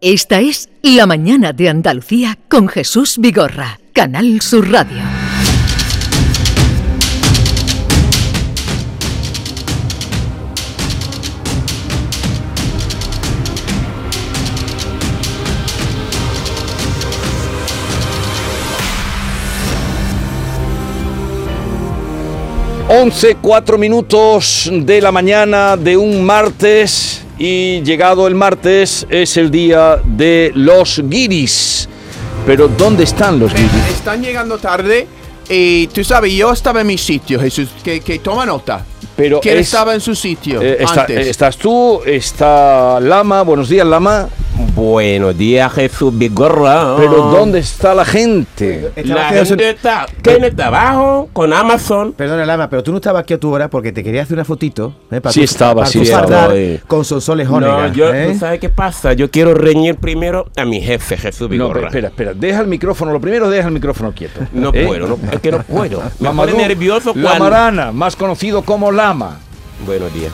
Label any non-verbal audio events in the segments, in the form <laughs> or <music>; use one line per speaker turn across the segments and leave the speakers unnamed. Esta es La Mañana de Andalucía con Jesús Vigorra, Canal Sur Radio.
Once, cuatro minutos de la mañana de un martes y llegado el martes es el día de los guiris. Pero ¿dónde están los guiris?
Están llegando tarde y tú sabes, yo estaba en mi sitio, Jesús, que, que toma nota.
Pero
¿Quién
es-
estaba en su sitio
Eh, está-
antes?
Estás tú, está Lama, buenos días Lama,
Buenos días, Jesús Bigorra.
pero ¿dónde está la gente?
La gente está tiene este trabajo con Amazon.
Perdona, Lama, pero tú no estabas aquí a tu hora porque te quería hacer una fotito. ¿eh? Para
Sí
tú-
estaba,
para
sí
tú
estaba,
saldar
eh.
Con Sonsoles Jónica.
No, yo,
¿eh?
¿tú ¿sabes qué pasa? Yo quiero reñir primero a mi jefe, Jesús
No,
Bigorra.
pero
No,
espera, espera, deja el micrófono, lo primero deja el micrófono quieto. ¿eh?
puedo, no- es que
<laughs>
no puedo. Me pone
Mamadou
nervioso cuando...
Lamarana, más conocido como Lama.
Buenos días.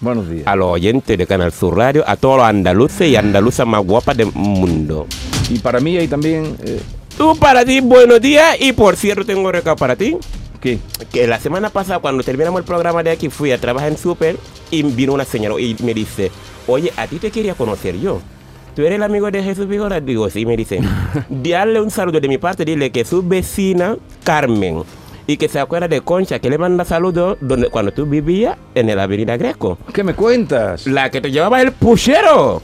Buenos días.
A los oyentes de Canal Sur Radio, a todos los andaluces y andaluzas más guapas del mundo.
Y para mí hay también... eh,
Tú para ti, buenos días. Y por cierto, tengo un recado para ti.
¿Qué?
que la semana pasada cuando terminamos el programa de aquí fui a trabajar en Super y vino una señora y me dice, oye, a ti te quería conocer yo. ¿Tú eres el amigo de Jesús Vigora? Digo, sí, me
<laughs>
dice. Dale un saludo de mi parte, dile que su vecina, Carmen, y que se acuerda de Concha, que le manda saludos donde, cuando tú vivías en la avenida Greco.
¿Qué me cuentas?
La que te llevaba
<laughs>
el puchero.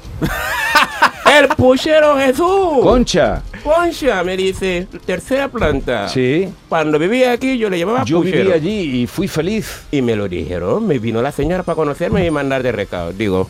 el puchero Jesús.
Concha.
Concha, me dice, tercera planta.
Sí.
Cuando vivía aquí yo le llevaba
Yo
puchero.
viví allí y fui feliz.
Y me lo dijeron, me vino la señora para conocerme y mandar de recado. Digo,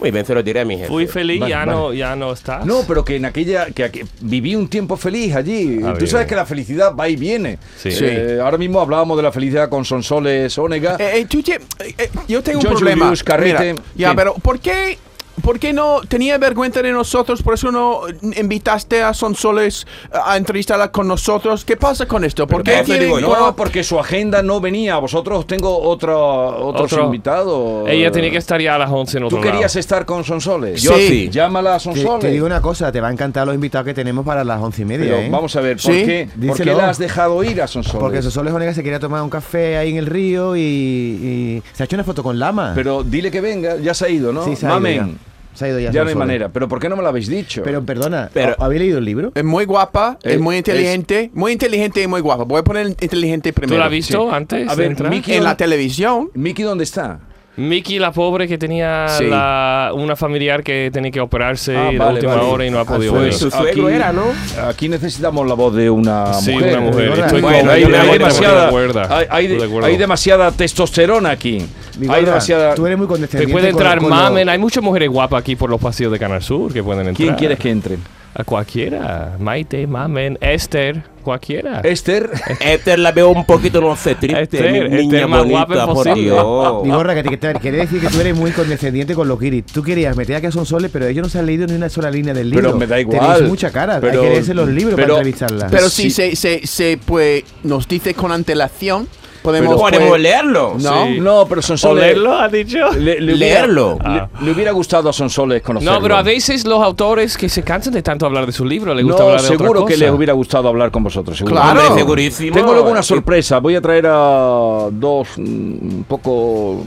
muy bien, se lo diré a mi jefe.
Fui feliz,
Vale,
ya,
vale.
No, ya no
Ah.
estás.
No, pero que en aquella. que aqu- viví un tiempo feliz allí.
Ah,
Tú
bien.
sabes que la felicidad va y viene.
Sí.
Eh, ahora mismo hablábamos de la felicidad con Sonsoles Onega.
Eh, eh, tú tie- eh, eh, yo tengo
George
un problema.
Julius Carrete.
Mira, ya,
Sí.
pero ¿por qué, ¿por qué no tenía vergüenza de nosotros? ¿Por eso no eh, invitaste a Sonsoles a entrevistarla con nosotros? ¿Qué pasa con esto? ¿Por qué
Pero eso
tienen
digo yo.
no,
coro-
porque su agenda no venía. Vosotros tengo otro, otros
Otro.
invitados.
Ella tenía que estar ya a las 11 en otro
Tú querías
lado.
estar con Sonsoles.
Yo sí.
Llámala a
Te,
Sonsoles.
te digo una cosa, te va a encantar los invitados que tenemos para las once y media.
Pero
¿eh?
vamos a ver, ¿por,
Sí,
qué, ¿por qué
díselo.
la has dejado ir a Sonsoles?
Porque Sonsoles Jónica se quería tomar un café ahí en el río y, y se ha hecho una foto con Lama.
Pero dile que venga, ya se ha ido, ¿no?
Sí, se ha ido
Mamen.
ya. Se ha ido ya.
Ya no hay
Sonsoles.
manera. Pero ¿por qué no me lo habéis dicho?
Pero perdona,
Pero-
¿o- ¿habéis leído el libro?
Es muy guapa,
Eh,
es muy
es-
inteligente, muy inteligente y muy guapa. Voy a poner inteligente
¿Tú
primero.
la has visto antes?
A
de
ver,
entrar?
Miki,
En la
¿dónde-
televisión.
Miki, ¿dónde está?
Miki, la pobre que tenía
Sí.
la- una familiar que tenía que operarse
Ah,
de
vale,
última
vale.
hora y no ha podido
Pues
ver.
su suegro era, ¿no?
Aquí necesitamos la voz de una
Sí,
mujer.
una mujer.
Bueno,
Estoy
Bueno,
con-
hay,
yo me
hay
voy de
demasiada,
acuerdo.
hay, hay de-
De acuerdo.
hay demasiada testosterona aquí.
Mi
hay
gorda,
demasiada...
Tú eres muy
Te
condescendiente.
puede
con-
entrar
con los-
mamen. Hay muchas mujeres guapas aquí por los pasillos de Canal Sur que pueden entrar.
¿Quién quieres que entre?
A cualquiera. Maite, mamen, Esther, cualquiera.
Esther.
Este la veo un poquito, no sé, triste.
Este-
mi
este
niña
es más guapo
bonita, por
imposible.
Dios.
Mi gorda, que te, que te- quería decir que tú eres muy condescendiente con los guiris. Tú querías meter a que son soles, pero ellos no se han leído ni una sola línea del libro.
Pero me da igual.
Tenéis mucha cara.
Pero-
Hay que leerse los libros
pero-
para entrevistarla.
Pero si
Sí.
se, se, se pues, nos dice con antelación, podemos.
Pero podemos
pues,
leerlo.
No.
Sí.
No, pero Sonsoles...
¿Olerlo, ha dicho?
Le, le hubiera-
Leerlo.
le- le hubiera gustado a Sonsoles conocerlo.
No, pero a veces los autores que se cansan de tanto hablar de su libro, les gusta
No,
hablar de otra
seguro que
cosa.
les hubiera gustado hablar con vosotros. seguro.
Claro.
Hombre, segurísimo.
Tengo luego una sorpresa. Voy a traer a dos mm, un poco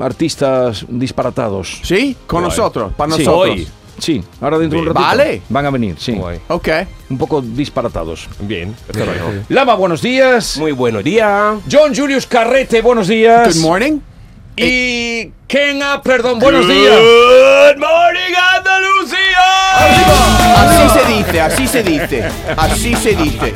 artistas disparatados.
Sí, con nosotros, para
Sí.
nosotros.
Hoy.
Sí, ahora dentro de un
Bien.
ratito.
Vale.
Van a venir, sí.
Guay.
Ok.
Un poco disparatados.
Bien.
Lama, buenos días.
Muy buenos días.
John Julius Carrete, buenos días.
Good morning.
Y Ken Up, perdón, buenos días.
Good morning, Andalucía.
Así se dice, así se dice. Así se dice.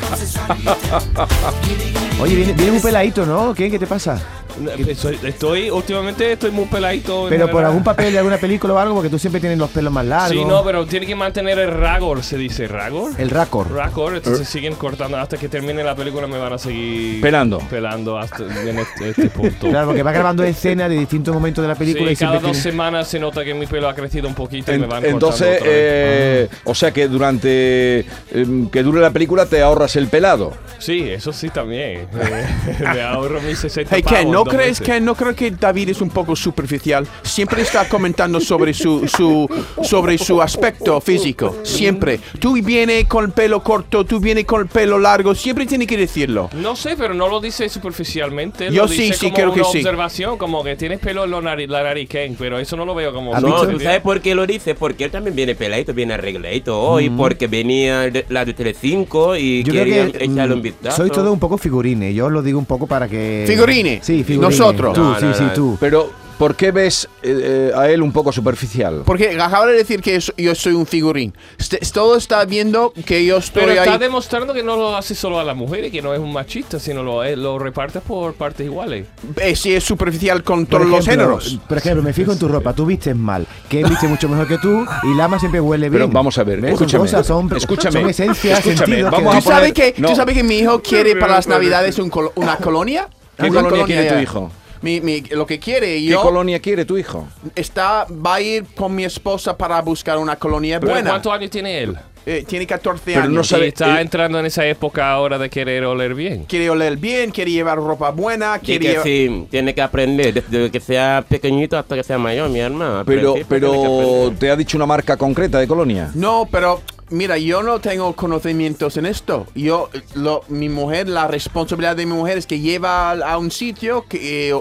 Oye, viene, viene un peladito, ¿no? ¿Qué? ¿Qué te pasa?
Pues Estoy, estoy- últimamente estoy muy peladito.
Pero
en
por
verdad.
algún papel de alguna película o algo, porque tú siempre tienes los pelos más largos.
Sí, no, pero tiene que mantener el ragor, se dice ragor.
El racor.
Ragor, entonces siguen cortando hasta que termine la película me van a seguir
Pelando.
pelando hasta en este, este
<laughs>
punto.
Claro, porque va grabando escenas de distintos momentos de la
Sí,
película y
cada
siempre
dos
tiene-
semanas se nota que mi pelo ha crecido un poquito y me
En-
van
entonces,
cortando otra vez.
eh, o sea que durante em, que dure la película te ahorras el pelado.
Sí, eso sí también. Eh, <laughs> me ahorro mis 60
Hey, Ken,
pavos,
no ¿No crees que no creo que David es un poco superficial? Siempre está comentando sobre su, su sobre su aspecto físico. Siempre. Tú viene con el pelo corto, tú viene con el pelo largo. Siempre tiene que decirlo.
No sé, pero no lo dice superficialmente.
Yo
lo
sí,
dice
sí,
como
creo que
una
sí.
observación, como que tienes pelo en lo nariz- la nariz, Ken, pero eso no lo veo como.
¿Has
No,
dicho?
No, ¿tú sabes por qué lo dice? Porque él también viene peladito, viene arregladito hoy, porque venía de- la de Telecinco y
Mm. Yo
quería
creo que mm,
echarle un vistazo.
sois todos un poco figurines. Yo os lo digo un poco para que.
Figurines.
Sí, figurines.
Nosotros.
Tú,
No,
sí,
no,
sí,
no.
tú.
Pero, ¿por qué ves eh, eh, a él un poco superficial?
Porque acaba de decir que es- yo soy un figurín. Este- todo está viendo que yo estoy
Pero está
ahí.
demostrando que no lo hace solo a las mujeres, que no es un machista, sino lo, es- lo reparte por partes iguales.
Eh, sí, es superficial con
Por
todos los
ejemplo,
géneros.
Por ejemplo, me fijo en tu ropa. Tú vistes mal. Que viste mucho mejor que tú. Y Lama siempre huele bien.
Pero vamos a ver,
¿Ves? Son
escúchame,
cosas, son,
escúchame,
son esencias,
escúchame,
sentidos que-
vamos a
¿Tú sabes,
poner-
que,
no.
¿Tú sabes que mi hijo quiere para las navidades un colo- una colonia?
¿Qué
Una
colonia quiere tu
ya.
hijo?
Mi- mi- lo que quiere
¿Qué
yo
colonia quiere tu hijo?
está, va a ir con mi esposa para buscar una colonia
Pero
buena.
¿Cuántos años tiene él?
Eh, tiene 14
Pero
años.
no sabe-
y está
eh,
entrando en esa época ahora de querer oler bien.
Quiere oler bien, quiere llevar ropa buena,
Y
quiere
que
llevar...
sí, tiene que aprender desde que sea pequeñito hasta que sea mayor, mi hermano. Al
Pero,
principio tiene que
pero
aprender.
te ha dicho una marca concreta de colonia.
No, pero mira, yo no tengo conocimientos en esto. Yo, eh, lo, mi mujer, la responsabilidad de mi mujer es que lleva al- a un sitio que eh,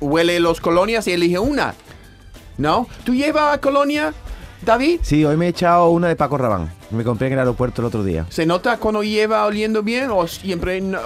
huele los colonias y elige una. ¿No? ¿Tú llevas a colonia, David?
Sí, hoy me he echado una de Paco Rabán. Me compré en el aeropuerto el otro día.
¿Se nota cuando lleva oliendo bien o siempre no?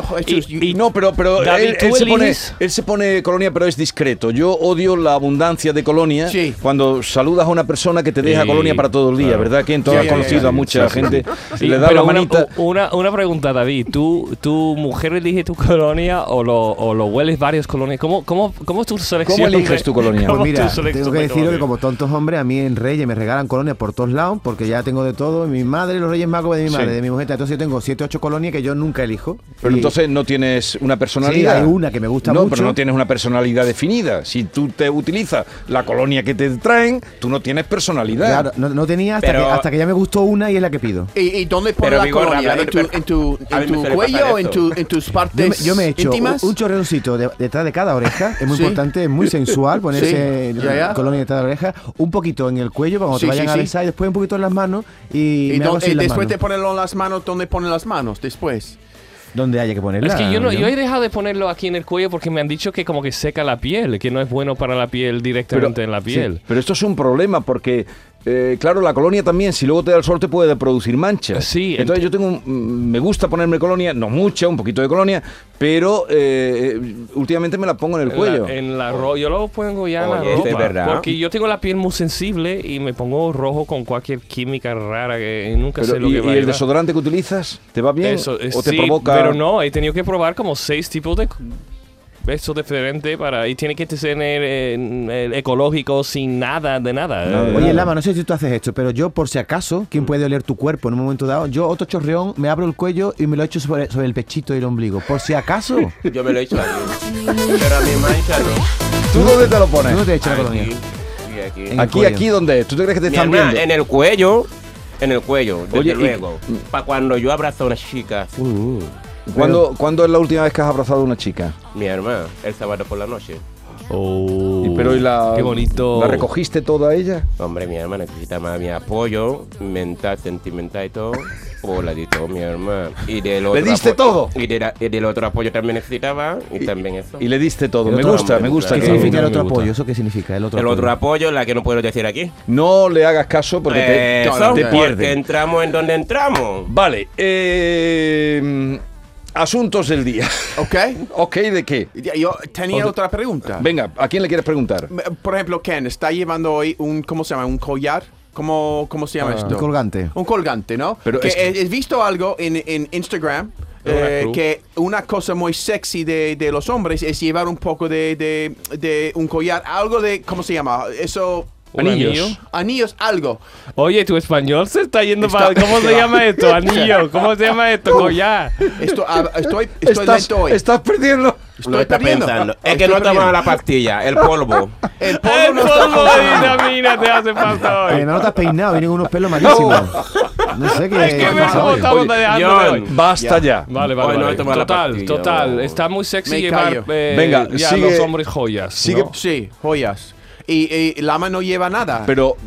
Y no, pero, pero
David,
él,
¿tú
él se pone,
eliges?
él se pone colonia, pero es discreto. Yo odio la abundancia de colonia
Sí.
cuando saludas a una persona que te deja
Sí,
colonia para todo el día,
claro.
¿verdad? Que entonces
Sí,
has
sí,
conocido
sí,
a mucha
<laughs>
gente.
Sí,
Le da
pero
la manita.
Una, una, una pregunta, David. ¿Tú, ¿Tu mujer elige tu <laughs> colonia o lo, o lo hueles varias colonias? ¿Cómo, cómo, cómo tú seleccionas?
eliges tu colonia? <laughs>
¿Cómo
Pues
Vamos
tú
mira, tengo
seleccionas
que
tu
deciros que
colonia?
como tontos hombres, a mí en Reyes me regalan colonias por todos lados, porque ya tengo de todo, y mi madre, los Reyes Magos de mi madre, de mi mujer, entonces yo tengo 7 8 colonias que yo nunca elijo.
Pero
Y-
entonces no tienes una personalidad.
hay una que me gusta
no,
mucho.
pero no tienes una personalidad definida. Si tú te utilizas la colonia que te traen, tú no tienes personalidad.
Claro, no, no tenía hasta,
Pero-
que, hasta que ya me gustó una y es la que pido.
¿Y, y dónde pones
Pero,
la
Vigorra,
colonia?
hablando
¿En tu,
de-
en tu, en
a mí me
tu
suele
cuello?
pasar
¿En,
esto.
tu, en tus
Yo me,
partes
yo me he hecho un,
íntimas?
un chorreroncito de- detrás de cada oreja, es muy
Sí.
importante, es muy sensual
<laughs>
ponerse
Sí, ya, ya.
colonia detrás de la oreja, un poquito en el cuello cuando
Sí,
te vayan
sí,
a
sí.
besar y después un poquito en las manos y,
y
me hago
dónde-
así en las
después
manos.
te ponen las manos, ¿dónde ponen las manos? Después.
donde haya que ponerla.
Es que yo, no,
¿no?
yo he dejado de ponerlo aquí en el cuello porque me han dicho que como que seca la piel, que no es bueno para la piel directamente en la piel.
Pero esto es un problema porque, eh, claro, la colonia también, si luego te da el sol, te puede producir manchas.
Sí,
Entonces yo tengo, un- mm, me gusta ponerme colonia, no mucha, un poquito de colonia, pero eh, eh, últimamente me la pongo en el
En
cuello. este
la- en la ro- yo lo pongo ya en la
Oye,
ropa.
es verdad.
Porque yo tengo la piel muy sensible y me pongo rojo con cualquier química rara que nunca
Pero,
sé lo
¿y,
que va
y
a
el
llevar.
desodorante que utilizas te va bien
Eso, eh,
o te
sí,
provoca?
Pero no, he tenido que probar como seis tipos de besos diferentes para. Y tiene que tener eh, eh, ecológico sin nada de nada.
Nada de
Oye,
nada.
Lama, no sé si tú haces esto, pero yo, por si acaso, ¿quién puede oler tu cuerpo en un momento dado? Yo, otro chorreón, me abro el cuello y me lo echo sobre, sobre el pechito y el ombligo. Por si
<laughs>
acaso. ¿Tú
Yo me lo he hecho a mí. Pero a mi mancha no.
¿Tú dónde te lo pones?
no te echas la colonia?
Aquí, y aquí.
En el
Aquí,
cuello.
aquí, ¿dónde es? ¿Tú te crees que te
Mi
están
hermana,
viendo?
en el cuello. En el cuello, desde
Oye, y- mm.
luego. Para cuando yo abrazo a una chica,
¿Cuándo, cuándo es la última vez que has abrazado a una chica?
mi hermana, el sábado por la noche.
Oh,
Y- pero ¿y la,
Qué bonito.
¿La recogiste toda ella?
Hombre, mi hermana necesita más mi apoyo mental, sentimental y todo. Pues la di todo, mi hermana. Y del otro
diste
apo-
todo?
Y, de la- y del otro apoyo también necesitaba. Y, también eso.
Y le diste todo. Me
El otro
gusta, me
hombre,
gusta.
¿Qué
claro.
que-
significa el
no me
otro
gusta.
apoyo? ¿Eso qué significa? El otro
el otro apoyo, la que no puedo decir aquí.
No le hagas caso porque te-
Eso,
te,
porque
pierden.
entramos en donde entramos.
Vale, eh, asuntos del día. <laughs>
¿Ok?
¿Ok de qué?
Ya, Yo tenía
Otra-
otra pregunta.
Venga, ¿a quién le quieres preguntar?
M- Por ejemplo, Ken está llevando hoy un, ¿cómo se llama? ¿Un collar? ¿Cómo, cómo se llama esto?
Un colgante.
Un colgante, ¿no?
Pero
que
es que-
he, he visto algo en, en Instagram. eh,
cruz.
que una cosa muy sexy de, de los hombres es llevar un poco de, de, de un collar, algo de, ¿cómo se llama? Eso,
¿Un
Anillos.
anillo?
anillos, algo.
Oye, tu español se está yendo
Está-
para. ¿Cómo se llama esto? Anillo. ¿cómo se llama esto? Collar.
Esto, ah, estoy, estoy
estás,
lento hoy.
estás perdiendo.
estoy
Lo está
perdiendo.
pensando. Es
Estoy
que no ha tomado
perdiendo.
la pastilla, el polvo.
El polvo
El
no está
polvo de vitamina te hace falta
<laughs>
hoy. <laughs>
Además, no te has peinado, vienen unos pelos malísimos. No sé qué.
Es que ves
no,
cómo
oye.
estamos dejando de
John.
hoy.
Basta ya.
Vale,
Hoy
vale,
no
vale.
he tomado la
Total,
pastilla.
total. Está muy
Me
sexy llevar
callo.
eh,
Venga,
ya
sigue-
los hombres joyas.
sigue-
¿no?
Sí, joyas. Y, y Lama no lleva nada.
Pero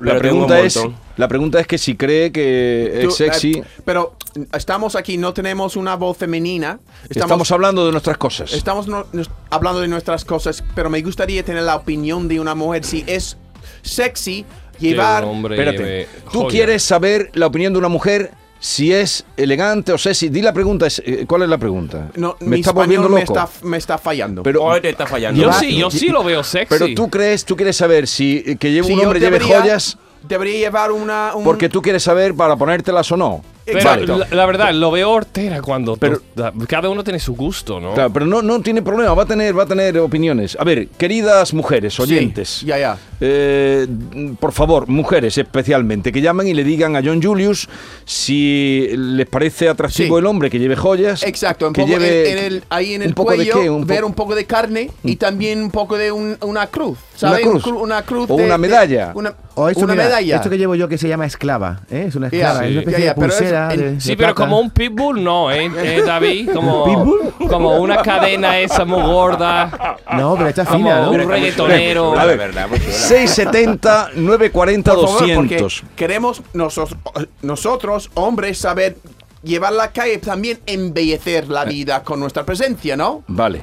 la
Pero tengo un
pregunta es
montón.
la pregunta es que si cree que
Tú,
es sexy.
eh, pero estamos aquí, no tenemos una voz femenina.
Estamos, hablando de nuestras cosas.
Estamos no- nos- hablando de nuestras cosas, pero me gustaría tener la opinión de una mujer si es sexy
Que
llevar.
un hombre
Espérate.
lleve
Tú
joyas.
quieres saber la opinión de una mujer si es elegante o sexy. Di la pregunta. es- eh, ¿Cuál es la pregunta?
No,
me
mi
está
español
volviendo
me
loco.
está, me está fallando.
pero
Hoy te está fallando.
Yo
Va.
sí, yo sí lo veo sexy.
pero tú crees, tú quieres saber si eh, que lleve
Si
un
yo
hombre lleve
debería-
joyas
Debería llevar una. un-
porque tú quieres saber para ponértelas o no.
Pero
Vale.
la, la verdad, lo veo hortera cuando...
Pero-
da- cada uno tiene su gusto, ¿no?
Claro, pero no, no tiene problema, va a tener, va a tener opiniones. A ver, queridas mujeres,
Sí,
oyentes.
ya, ya.
Eh, mm, por favor, mujeres especialmente, que llamen y le digan a John Julius si les parece atractivo
Sí.
el hombre que lleve jolas.
Exacto, un
que
poco
lleve
en, en el, ahí en el
un poco
cuello,
de qué, un po- Mm.
ver un poco de carne y también un poco de un- una cruz,
Una
¿sabes?
cruz.
Un cru- Una cruz.
O
de-
una
de-
medalla.
una
O esto,
una
mira,
medalla.
Esto que llevo yo que se llama esclava, ¿eh? Es una esclava,
Ya,
es una
sí.
Ya,
especie
ya,
de
pero es-
pulsera.
en-
de-
Sí,
de
pero
plata.
como un pitbull no, ¿eh, eh, David? Como,
¿Pitbull?
como una cadena esa muy gorda,
No, pero está
como
fina, ¿no?
un reggaetonero.
A
La
ver.
verdad,
<laughs>
muy chula.
670 940
Por favor, porque
200.
queremos nosotros, nosotros, hombres, saber llevar la calle, también embellecer la vida con nuestra presencia, ¿no?
Vale.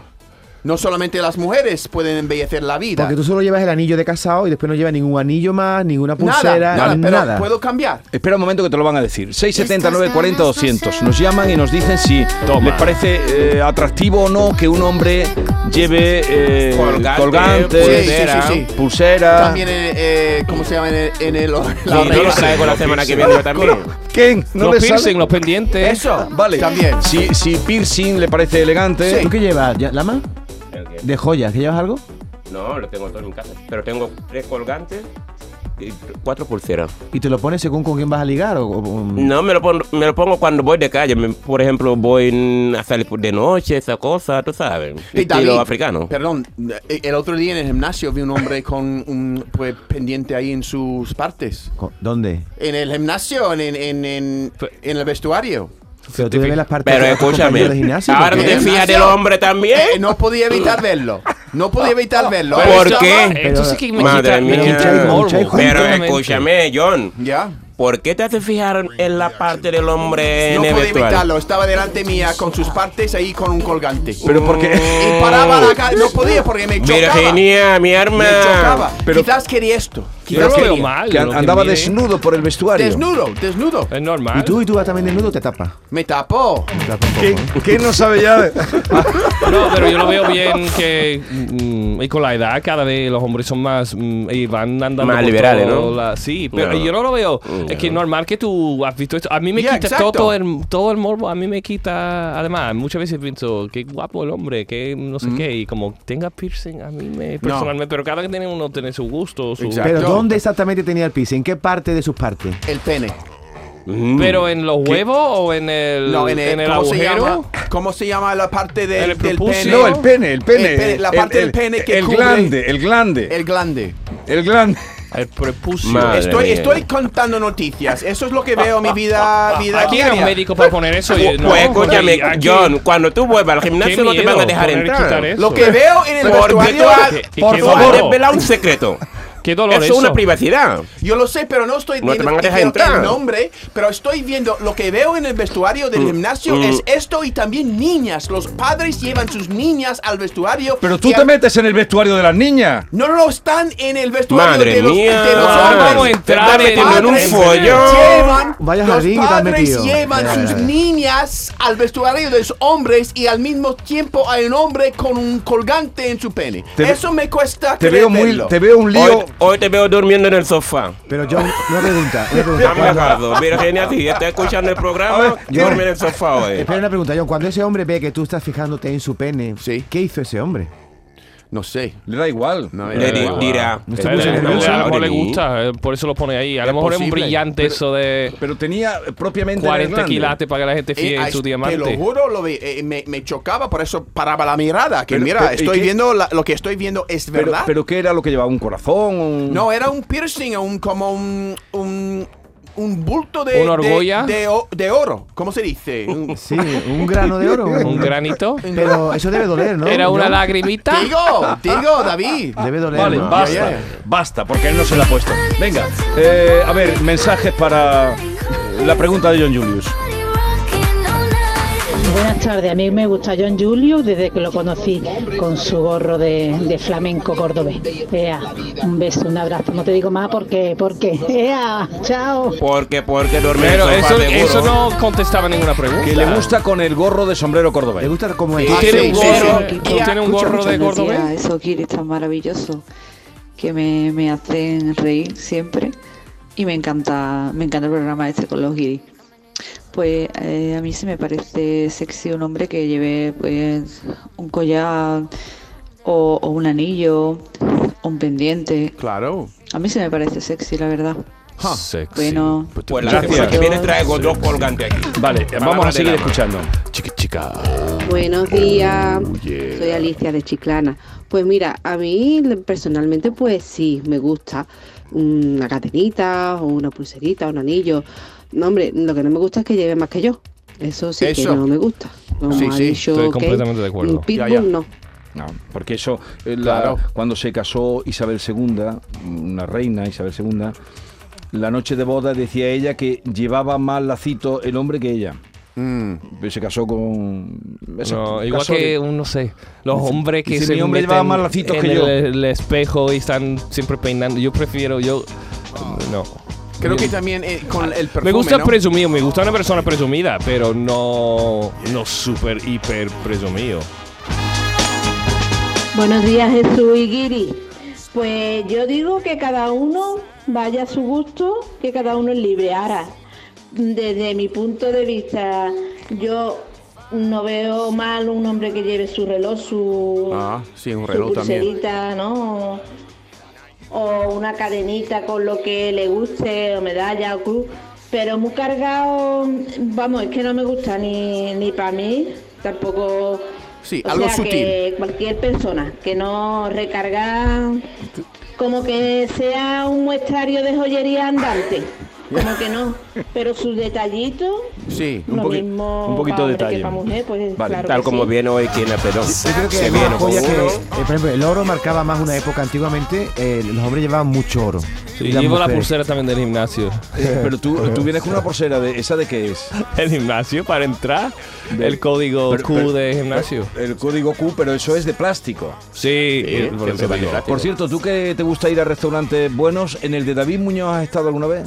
No solamente las mujeres pueden embellecer la vida.
Porque tú solo llevas el anillo de casado y después no llevas ningún anillo más, ninguna pulsera,
nada,
nada.
nada, pero puedo cambiar.
Espera un momento que te lo van a decir. 670 940 200. Nos llaman y nos dicen si
Toma.
les parece eh, atractivo o no que un hombre lleve eh,
Colgante,
colgantes,
pulsera. Sí, sí, sí, sí.
pulsera.
También, eh, eh, ¿cómo se llama? En el. en el- la
No, yo
regla.
lo traigo la semana que viene yo también.
¿Quién? ¿No
los
le sale?
piercing, los pendientes.
Eso,
Vale.
También.
Si, si piercing le parece elegante.
¿Tú qué llevas, ya- Lama? De joyas, ¿que llevas algo?
No, lo tengo todo en casa. Pero tengo tres colgantes y cuatro pulseras.
¿Y te lo pones según con quién vas a ligar? O, o- o-
No, me lo, pon- me lo pongo cuando voy de calle. Me- por ejemplo, voy en- a salir de noche, esa cosa, tú sabes.
Hey,
Estilo
David,
africano.
Perdón, eh, el otro día en el gimnasio vi un hombre con un pues, pendiente ahí en sus partes.
con- ¿Dónde?
En el gimnasio, en, en, en, en- en el vestuario.
Pero tú le ves las partes
Pero
de los compañeros de
escúchame,
gimnasio,
ahora tú
porque-
te
Gimnasio.
fías del hombre también.
Eh, no podía evitar verlo. No podía evitar verlo.
Pero
Pero
¿Por
esto-
qué?
Esto sí que me
Madre
quita, me
mía.
quita el morbo.
Mucha hijo-
Pero
completamente.
escúchame, John.
Ya.
¿Por qué te haces fijar en la parte del hombre
No
en el
podía
vestuario?
evitarlo. Estaba delante mía con sus partes ahí con un colgante.
Pero porque.
y paraba la cara. No podía porque me chocaba.
Mm. Virginia, mi
Me
arma.
chocaba.
Pero-
Quizás quería esto.
Yo no
Quizás
lo veo
quería-
mal.
que
lo
an-
que ¿eh?
andaba
mide.
desnudo por el vestuario.
Desnudo, desnudo.
Es normal.
Y tú, y tú vas también desnudo, te tapas.
Me tapó.
Te tapas un poco,
¿Qué,
¿eh?
qué no sabe ya?
No, pero yo lo veo bien que. mm, y con la edad, cada vez los hombres son más. mm, y van andando.
Más
por
liberales,
todo
¿no?
la- sí, pero
No.
yo no lo veo.
Mm.
Es que es normal que tú has visto esto. A mí me
Ya,
quita
exacto.
todo el, todo el morbo. A mí me quita. Además, muchas veces pienso, qué guapo el hombre, que no
Mm.
sé qué. Y como tenga piercing, a mí me. Personalmente, pero cada que tiene uno tiene su gusto. Su,
Exacto.
Pero ¿dónde exactamente tenía el piso? ¿En qué parte de sus partes?
El pene.
Mm.
Pero en los huevos o en el.
No, en el, ¿cómo Se
agujero.
llama, ¿Cómo se llama la parte de-
En el
del
prepucio.
pene?
No, el pene, el pene.
El pene, la parte del pene que
El
cubre-
glande, el glande.
El glande.
El glande.
El prepucio.
Madre
Estoy,
mía.
estoy contando noticias. Eso es lo que veo en mi vida, vida
Aquí era un
diaria.
médico para poner eso. y- no,
pues escúchame,
aquí- aquí-
John, cuando tú vuelvas al gimnasio
Qué
no te
miedo
van a dejar
poner y quitar
entrar.
eso.
Lo que veo en el
Porque tú
vestuario...
has,
Que- que-
por
que
favor,
dolor.
revela un secreto.
<laughs> Qué dolor
Eso es una privacidad.
Yo lo sé, pero no estoy
No te
viendo
van a dejar
el-
entrar.
el nombre, pero estoy viendo lo que veo en el vestuario del gimnasio
mm.
es esto y también niñas. Los padres llevan sus niñas al vestuario.
Pero tú
y
te
al-
metes en el vestuario de las niñas.
No, no, están en el vestuario
Madre
de los,
mía.
de los
No,
hombres.
vamos a
entrar
Los
en-
padres
en un
follón.
Llevan,
Vaya
los
jardín que te has
padres
metido.
llevan
Ya,
sus
ya, ya.
niñas al vestuario de los hombres y al mismo tiempo hay un hombre con un colgante en su pene.
Te-
Eso me cuesta
Te veo, muy,
creerlo.
te veo un lío.
Hoy, hoy te veo durmiendo en el sofá.
Pero yo, una pregunta, una pregunta.
Dame
Cuando-
acuerdo. Virginia, si estás escuchando el
A
programa,
ver,
yo duerme en el sofá hoy.
Espera una pregunta, John. Cuando ese hombre ve que tú estás fijándote en su pene,
Sí.
¿qué hizo ese hombre?
No sé.
Le da igual.
No,
Le di- dirá.
No se
Eh,
puso
eh,
nervioso.
A lo mejor le
Aurelí.
gusta, eh, por eso lo pone ahí. A lo
Es
mejor es un
posible,
brillante eso de
Pero tenía eh, propiamente. en el
40
glande.
quilates para que la gente fíe
Eh,
en
ay,
su
Te lo
diamante.
juro, lo vi- eh, me, me chocaba, por eso paraba la mirada. Que
Pero-
mira,
pero, ¿y
estoy
qué?
viendo la- lo que estoy viendo es
Pero,
verdad.
pero ¿qué era lo que llevaba? ¿Un corazón? Un...
no, era un piercing, un, como un, un, un bulto de,
¿Una
de-
argolla?
De, o- de oro. ¿Cómo se dice? Un-
Sí, un grano de oro.
Un granito.
Pero eso debe doler, ¿no?
Era una
¿No?
lagrimita.
digo, digo, David.
Debe doler.
Vale,
¿no?
basta,
ya, ya.
basta, porque él no se la ha puesto. Venga, eh, a ver, mensajes para eh, la pregunta de John Julius.
Buenas tardes, a mí me gusta John Julio desde que lo conocí con su gorro de, de flamenco cordobés. Ea, un beso, un abrazo, no te digo más porque, porque, ea, chao.
Porque, porque duerme
Pero
en el sofá
eso,
seguro.
eso no contestaba ninguna pregunta.
Que le gusta con el gorro de sombrero cordobés.
Le gusta como es.
¿Tú
Ah,
tienes
sí,
un
sí,
gorro,
sí.
tú
Ya,
tienes un
Muchas,
gorro de
muchas gracias a
cordobés?
Esos giris tan maravillosos que me, me hacen reír siempre y me encanta, me encanta el programa este con los giris. Pues eh, a mí sí me parece sexy un hombre que lleve pues un collar o, o un anillo o un pendiente.
Claro.
A mí sí me parece sexy, la verdad.
Sexy.
Bueno,
Pues la
Gracias.
semana que viene traigo dos colgantes aquí.
Vale, eh, vamos a
Palabra
seguir
de dama.
escuchando.
Chica, chica.
Buenos días, soy Alicia de Chiclana. Pues mira, a mí le- personalmente pues sí, me gusta una cadenita o una pulserita, un anillo. No, hombre, lo que no me gusta es que lleve más que yo. Eso sí
Eso.
que no me gusta. Como
Sí,
ha
sí,
dicho
estoy
Kate,
completamente de acuerdo.
un Pitbull
Ya, ya.
no.
No, porque eso, eh, la-
Claro.
cuando se casó Isabel II, una reina Isabel II, la noche de boda decía ella que llevaba más lacito el hombre que ella. Pues
Mm.
Se casó con...
No, igual que, un, no sé, los hombres que
dice,
se
"Mi hombre
meten
llevaba más lacitos
en
que
el,
yo".
el espejo y están siempre peinando. Yo prefiero, yo... No.
Creo que también eh, con el perfume,
me gusta
¿no?
presumir, me gusta una persona presumida, pero no, no súper, hiper presumido.
Buenos días, Jesús y Guiri. Pues yo digo que cada uno vaya a su gusto, que cada uno es libre. Ahora, desde mi punto de vista, yo no veo mal un hombre que lleve su reloj, su,
Ah, sí, un
su
reloj también.
pulserita, ¿no? O una cadenita con lo que le guste, o medalla, o cruz. Pero muy cargado, vamos, es que no me gusta ni, ni para mí, tampoco
Sí,
o
algo
sea,
sutil.
que cualquier persona que no recarga como que sea un muestrario de joyería andante. Como que no, pero su detallito,
Sí,
un
lo
poqui-
mismo
un poquito de
pa' hombre que
detalle.
pa' mujer, pues
Vale,
claro
Tal
que
como
sí.
viene hoy aquí en la pelota.
Yo creo que
Se
hay
viene.
más joyas que, eh, por ejemplo, el oro marcaba más una época antiguamente, eh, los hombres llevaban mucho oro.
Sí,
Y las
llevo la
mujeres-
pulsera también del gimnasio.
Eh, pero tú, tú vienes con una pulsera de... ¿Esa de qué es?
<laughs> ¿El gimnasio para entrar? ¿El código
Pero-
Q
pero-
de gimnasio?
El código Q, pero eso es de plástico.
Sí, eh, por eso digo.
Por cierto, ¿tú que te gusta ir a restaurantes buenos? ¿En el de David Muñoz has estado alguna vez?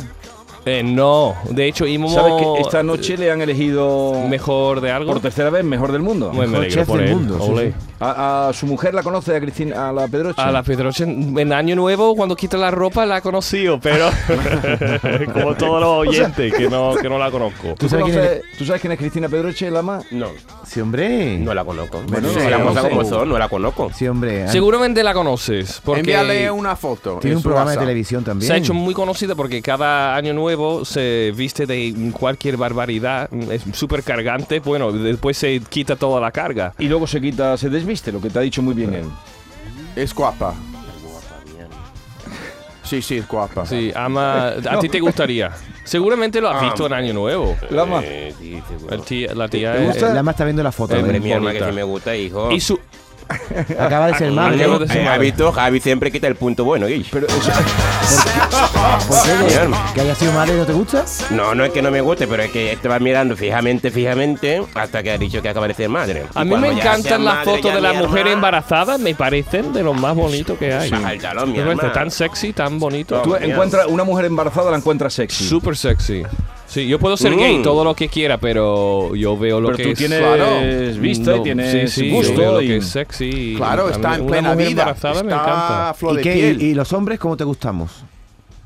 Eh, no, de hecho, íbamos
¿Sabes que esta noche le han elegido
mejor de algo.
por tercera vez mejor del mundo?
Muy me
Mejor
alegro
chef
por
del
él.
mundo, sí,
Ole.
sí.
A, a su mujer la conoce, a Cristina, a la Pedroche.
A la Pedroche en en Año Nuevo, cuando quita la ropa, la he conocido, pero <laughs> como todos los oyentes, que, no, que no la conozco.
¿Tú,
¿Tú sabes quién
conoces- ¿Tú sabes quién es Cristina Pedroche, la más?
No,
Sí, hombre.
no la conozco.
Bueno,
no,
sí,
la cosa
sí.
como son, no la conozco.
Sí, hombre. ah,
Seguramente la conoces, porque
Envíale una foto.
Tiene
en
un
su
programa de
WhatsApp.
televisión también.
se ha hecho muy conocida porque cada Año Nuevo se viste de cualquier barbaridad, es súper cargante, bueno, después se quita toda la carga.
Y luego se quita, se desviste, lo que te ha dicho muy bien él.
Es guapa. Sí, sí, es guapa.
Sí, ama, a ti te gustaría. Seguramente lo has visto en Año Nuevo.
Lama,
El tía- la tía
¿Te
es-
gusta? Eh, Lama está viendo la foto.
Eh,
¿eh?
Hombre, mi hermana que
bonita.
sí me gusta, hijo.
y su,
Acaba de ser madre.
Acabo
¿no?
de ser
Eh,
madre.
ha visto, Javi siempre quita el punto bueno, y-
pero eso-
¿Por qué?
Mi hermana.
¿Que haya sido madre no te gusta?
No, no es que no me guste, pero es que estaba mirando fijamente, fijamente, hasta que ha dicho que acaba de ser madre.
A
Y
mí
cuando
me
ya sea
encantan las
madre,
fotos
ya
de las
mi
mujeres
hermana-
embarazadas, me parecen de los más bonitos que hay.
Baja el talón, mi
Me parece
hermana.
tan sexy, tan bonito.
tú
Madre mía.
encuentras una mujer embarazada, la encuentras sexy.
Súper sexy. Sí, yo puedo ser
Mm.
gay todo lo que quiera, pero yo veo lo
Pero
que
tú
es-
tienes vista y tienes
sí, sí,
gusto
Yo veo lo
y-
que es sexy. y
Claro,
a
está
mí
en
una
plena
mujer
vida.
embarazada me
está a
encanta.
flor
¿Y,
de
qué?
piel.
¿Y- y los hombres cómo te gustamos?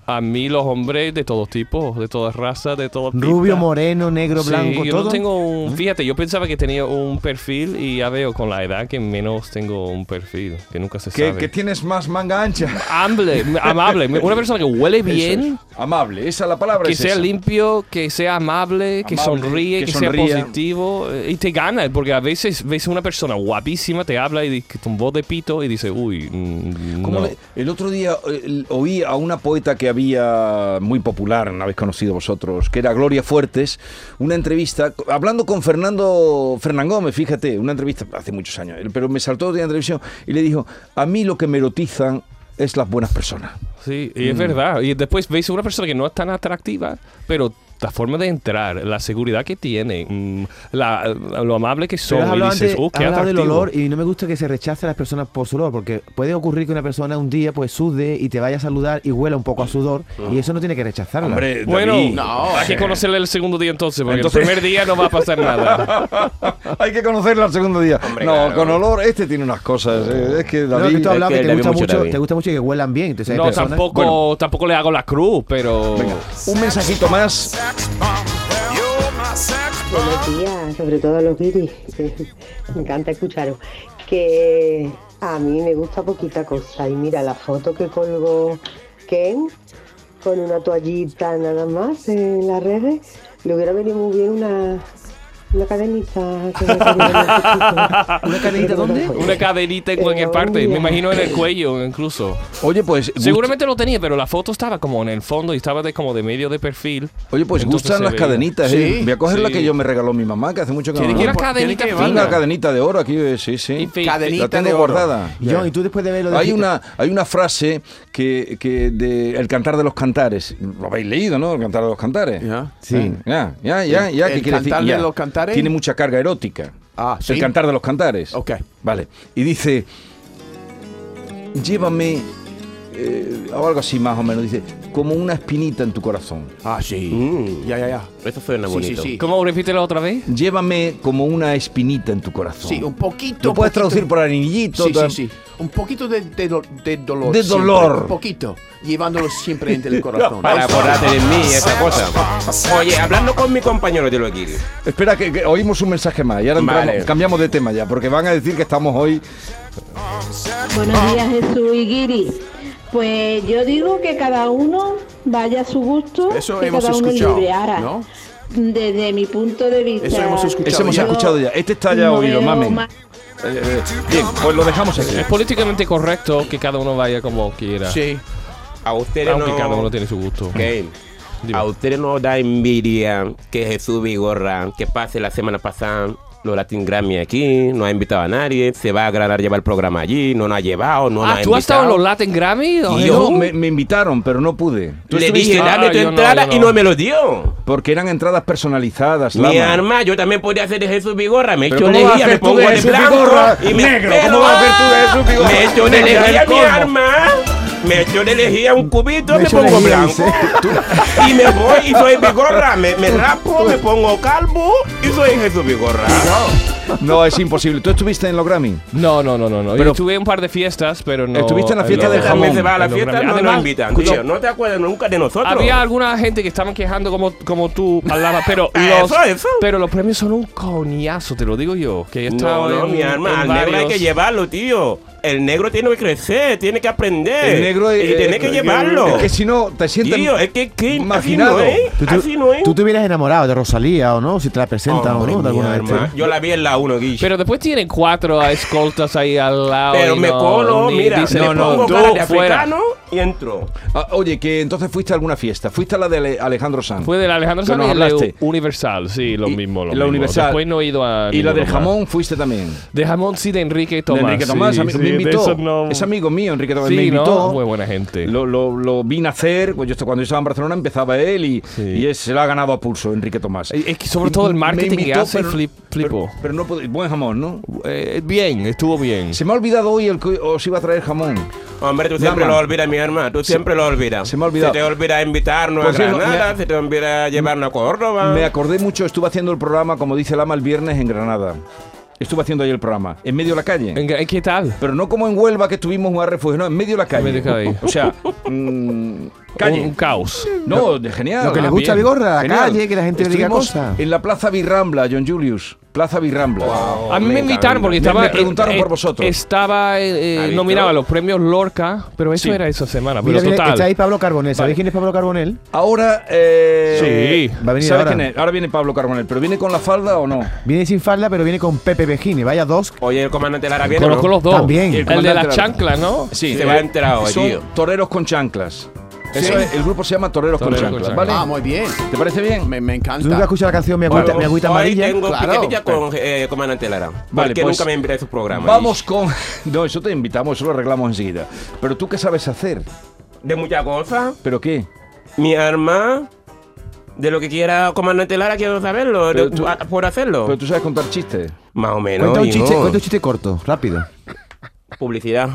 A mí los hombres de todos tipos, de todas razas, de todos tipos.
Rubio, moreno, negro,
Sí,
blanco,
yo
todo.
no tengo un... Fíjate, yo pensaba que tenía un perfil y ya veo con la edad que menos tengo un perfil, que nunca se
Que,
sabe.
que tienes más manga ancha.
Amable, amable. Una persona que huele bien,
Amable, esa es la palabra.
que
es
sea
esa.
limpio, que sea amable, que
Amable,
sonríe,
que
que,
sonría.
sea positivo eh, y te gana, porque a veces ves una persona guapísima, te habla y di- con voz de pito y dice, uy, mm,
¿Cómo
no.
le- el otro día eh, oí a una poeta que había muy popular, no habéis conocido vosotros, que era Gloria Fuertes, una entrevista, hablando con Fernando Fernán Gómez, fíjate, una entrevista hace muchos años, pero me saltó de la televisión y le dijo, a mí lo que me erotizan es las buenas personas.
Sí, y
Mm.
es verdad. Y después veis una persona que no es tan atractiva, pero la forma de entrar, la seguridad que tiene, mm, la- lo amable que
Pero
son,
has
y
hablado
dices,
antes-
oh, qué
has hablado del
atractivo.
olor y no me gusta que se rechace a las personas por su olor, porque puede ocurrir que una persona un día pues sude y te vaya a saludar y huela un poco a sudor y eso no tiene que rechazarla.
Hombre,
Bueno,
David,
hay
eh.
que conocerle el segundo día entonces, porque
Entonces-
el primer día no va a pasar nada.
<laughs>
<laughs>
hay que conocerla al segundo día. no,
claro.
con olor, este tiene unas cosas. eh, es que
No,
David...
que tú hablabas
es que
que, te
le
gusta,
mucho
mucho,
David.
te gusta mucho que huelan bien. Entonces hay
No,
personas-
tampoco, tampoco le hago la cruz, pero...
Un mensajito más.
Buenos días, sobre todo a los guiris. <laughs> me encanta escucharos. Que a mí me gusta poquita cosa. Y mira la foto que colgó Ken con una toallita nada más en las redes. Le hubiera venido muy bien una, una cadenita. que me
<laughs>
ponía en el chiquito.
¿Una cadenita
<laughs>
dónde?
Una cadenita en cualquier parte, me imagino en el cuello incluso.
Oye, pues... gust-
Seguramente lo tenía, pero la foto estaba como en el fondo y estaba de, como de medio de perfil.
Oye, pues
Entonces
gustan
se
las
veía.
cadenitas. eh.
Sí,
Voy a coger la
sí.
que yo me regaló mi mamá, que hace mucho que no
Tiene
la
que ir
uso.
Una
por-
cadenita
tiene que
Tengo
fina.
Una cadenita de oro aquí, eh, sí, sí.
Y fin.
La
Cadenita
tengo
de oro.
guardada.
John, y tú después de ver lo de
Hay
Hitler-
una, hay una frase que, que de El Cantar de los Cantares. Lo habéis leído, ¿no? El Cantar de los Cantares.
Ya.
Sí.
Ya, ya, ya. ya,
El-
¿qué
el
quiere decir?
Cantar de
Ya.
los Cantares.
Tiene mucha carga erótica.
Ah, sí.
El Cantar de los Cantares.
Ok.
Vale. Y dice, llévame, eh, o algo así más o menos, dice, como una espinita en tu corazón.
Ah, sí.
Mm.
Ya, ya, ya.
Eso suena
Sí,
bonito.
sí, sí.
¿Cómo? Repítelo otra vez.
Llévame como una espinita en tu corazón.
Sí, un poquito.
Lo puedes
poquito.
traducir por anillito.
Sí,
tal.
sí, sí. Un poquito de, de do- de dolor.
De
siempre,
dolor.
Un poquito. Llevándolo siempre <laughs> entre el corazón.
Para
Eso.
acordarte de mí, esa cosa. Oye, hablando con mi compañero de los guiris.
Espera, que, que oímos un mensaje más. Y ahora entramos-
Vale.
cambiamos de tema ya, porque van a decir que estamos hoy.
Ah.
Buenos días, Jesús y Guiri. Pues yo digo que cada uno vaya a su gusto,
Eso
que
hemos
cada uno
escuchado,
libre ara.
¿no?
Desde mi punto de vista.
Eso hemos escuchado
Eso hemos
ya.
escuchado ya. Este está ya
No
oído,
veo
mamen.
más.
Eh, eh, bien, pues lo dejamos aquí.
Es políticamente correcto que cada uno vaya como quiera.
Sí.
A ustedes
Aunque
no...
cada uno tiene su gusto. Ah,
Ok.
Dime.
A ustedes no os da envidia que Jesús Vigorra, que pase la semana pasada los Latin Grammy aquí, no ha invitado a nadie, se va a agradar llevar el programa allí, no nos ha llevado, no nos
Ah,
ha
¿tú has estado en
invitado.
los Latin Grammy?
Y
Jesús?
yo me, me invitaron, pero no pude. Tú
Le
estuviste-
dije, dame
Ah,
tu
yo no,
entrada
yo no.
y no me lo dio.
Porque eran entradas personalizadas.
Mi
Lama.
arma, yo también podría hacer de Jesús Vigorra. Me
Pues Pero
echo
¿cómo vas a
energía,
hacer
me
tú
pongo
de
de
Jesús
blanco
Vigorra?
y me
Negro, ¿cómo vas a hacer tú de Jesús Vigorra?
Me echo de
Negro,
energía
el
mi
colmo.
arma. Me echo de energía un cubito, me,
echo
pongo
energía,
blanco.
<laughs>
dice.
Y me voy y soy Vigorra. Me, me rapo, me pongo calvo y soy Jesús Vigorra.
No, es imposible. ¿Tú estuviste en los Grammy?
No, no, no, no. no.
Pero-
Yo tuve un par de fiestas, pero no.
Estuviste en la fiesta
no,
del
no,
jamón.
También se va a la
en los
fiesta,
Grammy.
no nos
Además,
invitan,
escucha,
tío. No te acuerdas nunca de nosotros.
Había alguna gente que estaban quejando como, como tú hablabas, pero
Ah, <laughs>
los,
eso, eso.
pero los premios son un coñazo, te lo digo yo. Que he
No,
estado
no,
en-
mi
en
arma, al negro hay
varios-
que llevarlo, tío. El negro tiene que crecer, tiene que aprender.
El negro
y
eh,
tiene que
eh,
llevarlo.
Es que si no, te sientes
Tío, es que, que
marginado.
Así no es.
Tú, te-
así no es.
tú te hubieras enamorado de Rosalía o no, si te la presentan
Hombre,
o no, de
mi
alguna de
arma.
estas.
Yo la vi en la 1, Guille. Pero,
Pero después tienen cuatro escoltas ahí al lado. y
me
no,
colo,
ni
mira,
dicen,
le
"No, no,
pongo
tú
cara de
fuera".
africano y entro.
Ah, oye, que entonces fuiste a alguna fiesta. Fuiste a la de Ale- Alejandro Sanz.
Fue del Alejandro
Que
Sanz
nos
y el de
hablaste.
Universal, sí, lo
Y-
mismo. Lo
la
mismo.
Universal.
Después no he ido a.
y la
ninguno
del
más.
jamón fuiste también.
De jamón, sí, de Enrique Tomás.
de Enrique Tomás
sí,
ami-
sí,
me
de
invitó.
eso no-
Es amigo mío, Enrique Tomás.
Sí,
me
¿no?
invitó.
Muy buena gente.
Lo, lo, lo vi nacer. pues yo esto- cuando yo estaba en Barcelona empezaba él y, y es- se lo ha ganado a pulso Enrique Tomás.
Eh, Es que sobre todo el
Me
marketing
invitó,
que hace
pero-
flip, flipo.
Pero no pude- Buen jamón, ¿no?
Eh, bien, estuvo bien.
Se me ha olvidado hoy el que os iba a traer jamón.
Hombre, tú siempre
Llama.
lo olvidas, mi hermano. Tú siempre lo olvidas.
se me ha olvidado.
Se te olvida invitarnos
Por
a
cierto,
Granada,
me-
se te olvida llevarnos a Córdoba.
Me acordé mucho, estuve haciendo el programa, como dice Lama, el viernes en Granada. Estuve haciendo ahí el programa, en medio de la calle.
Venga, ¿eh, ¿Qué tal?
Pero no como en Huelva que estuvimos en un refugio, no, en medio de la calle.
En medio de la calle.
O sea, mm,
Un,
calle.
caos.
No, de genial.
Lo que le
Ah,
gusta a
bien.
Vigorra, la
Genial.
calle, que la gente le diga
Estuvimos
cosas.
En la Plaza Birrambla, John Julius. Plaza Birrambla.
a mí me,
me
invitaron
encanta.
porque
Oh, Me-
estaba.
me preguntaron
eh,
por
eh,
vosotros.
Estaba eh, eh,
¿Ha visto?
nominado a los premios Lorca, pero eso
Sí.
era esa semana. Pero
Mira, mira,
total.
está ahí Pablo Carbonell. ¿Sabéis quién es Pablo Carbonell?
Ahora, eh,
Sí.
Va a venir
¿sabes
ahora.
quién es? Ahora viene Pablo Carbonell, pero ¿viene con la falda o no?
Viene sin falda, pero viene con Pepe Bejini. Vaya dos.
Oye, el comandante Lara viene.
Conozco
¿no?
los dos.
También.
El, de
comandante
la
Lara.
chancla, ¿no?
Sí,
Se va
eh,
enterado,
Son
tío.
toreros con chanclas. Eso es, el grupo se llama Toreros con
Toreros con
Chanclas,
Chanclas.
¿vale?
Ah, muy bien.
¿Te parece bien?
Me, me
¿Tú nunca
encanta.
has escuchado la canción Mi Agüita,
Bueno,
Mi Agüita
Pues hoy
Amarilla?
Tengo
Claro.
piquetilla con, eh, con Manuel Telara. porque
pues,
nunca me enviaré sus programas.
Vamos con. <laughs> No, eso te invitamos, eso lo arreglamos enseguida. Pero tú qué sabes hacer.
De muchas cosas.
¿Pero qué?
Mi arma. De lo que quiera comandante Lara, quiero saberlo.
Pero
de-
tú-
a- por hacerlo.
Pero tú sabes contar chistes.
Más o menos.
Cuenta un
hijo.
chiste, cuenta un chiste corto, rápido.
Publicidad.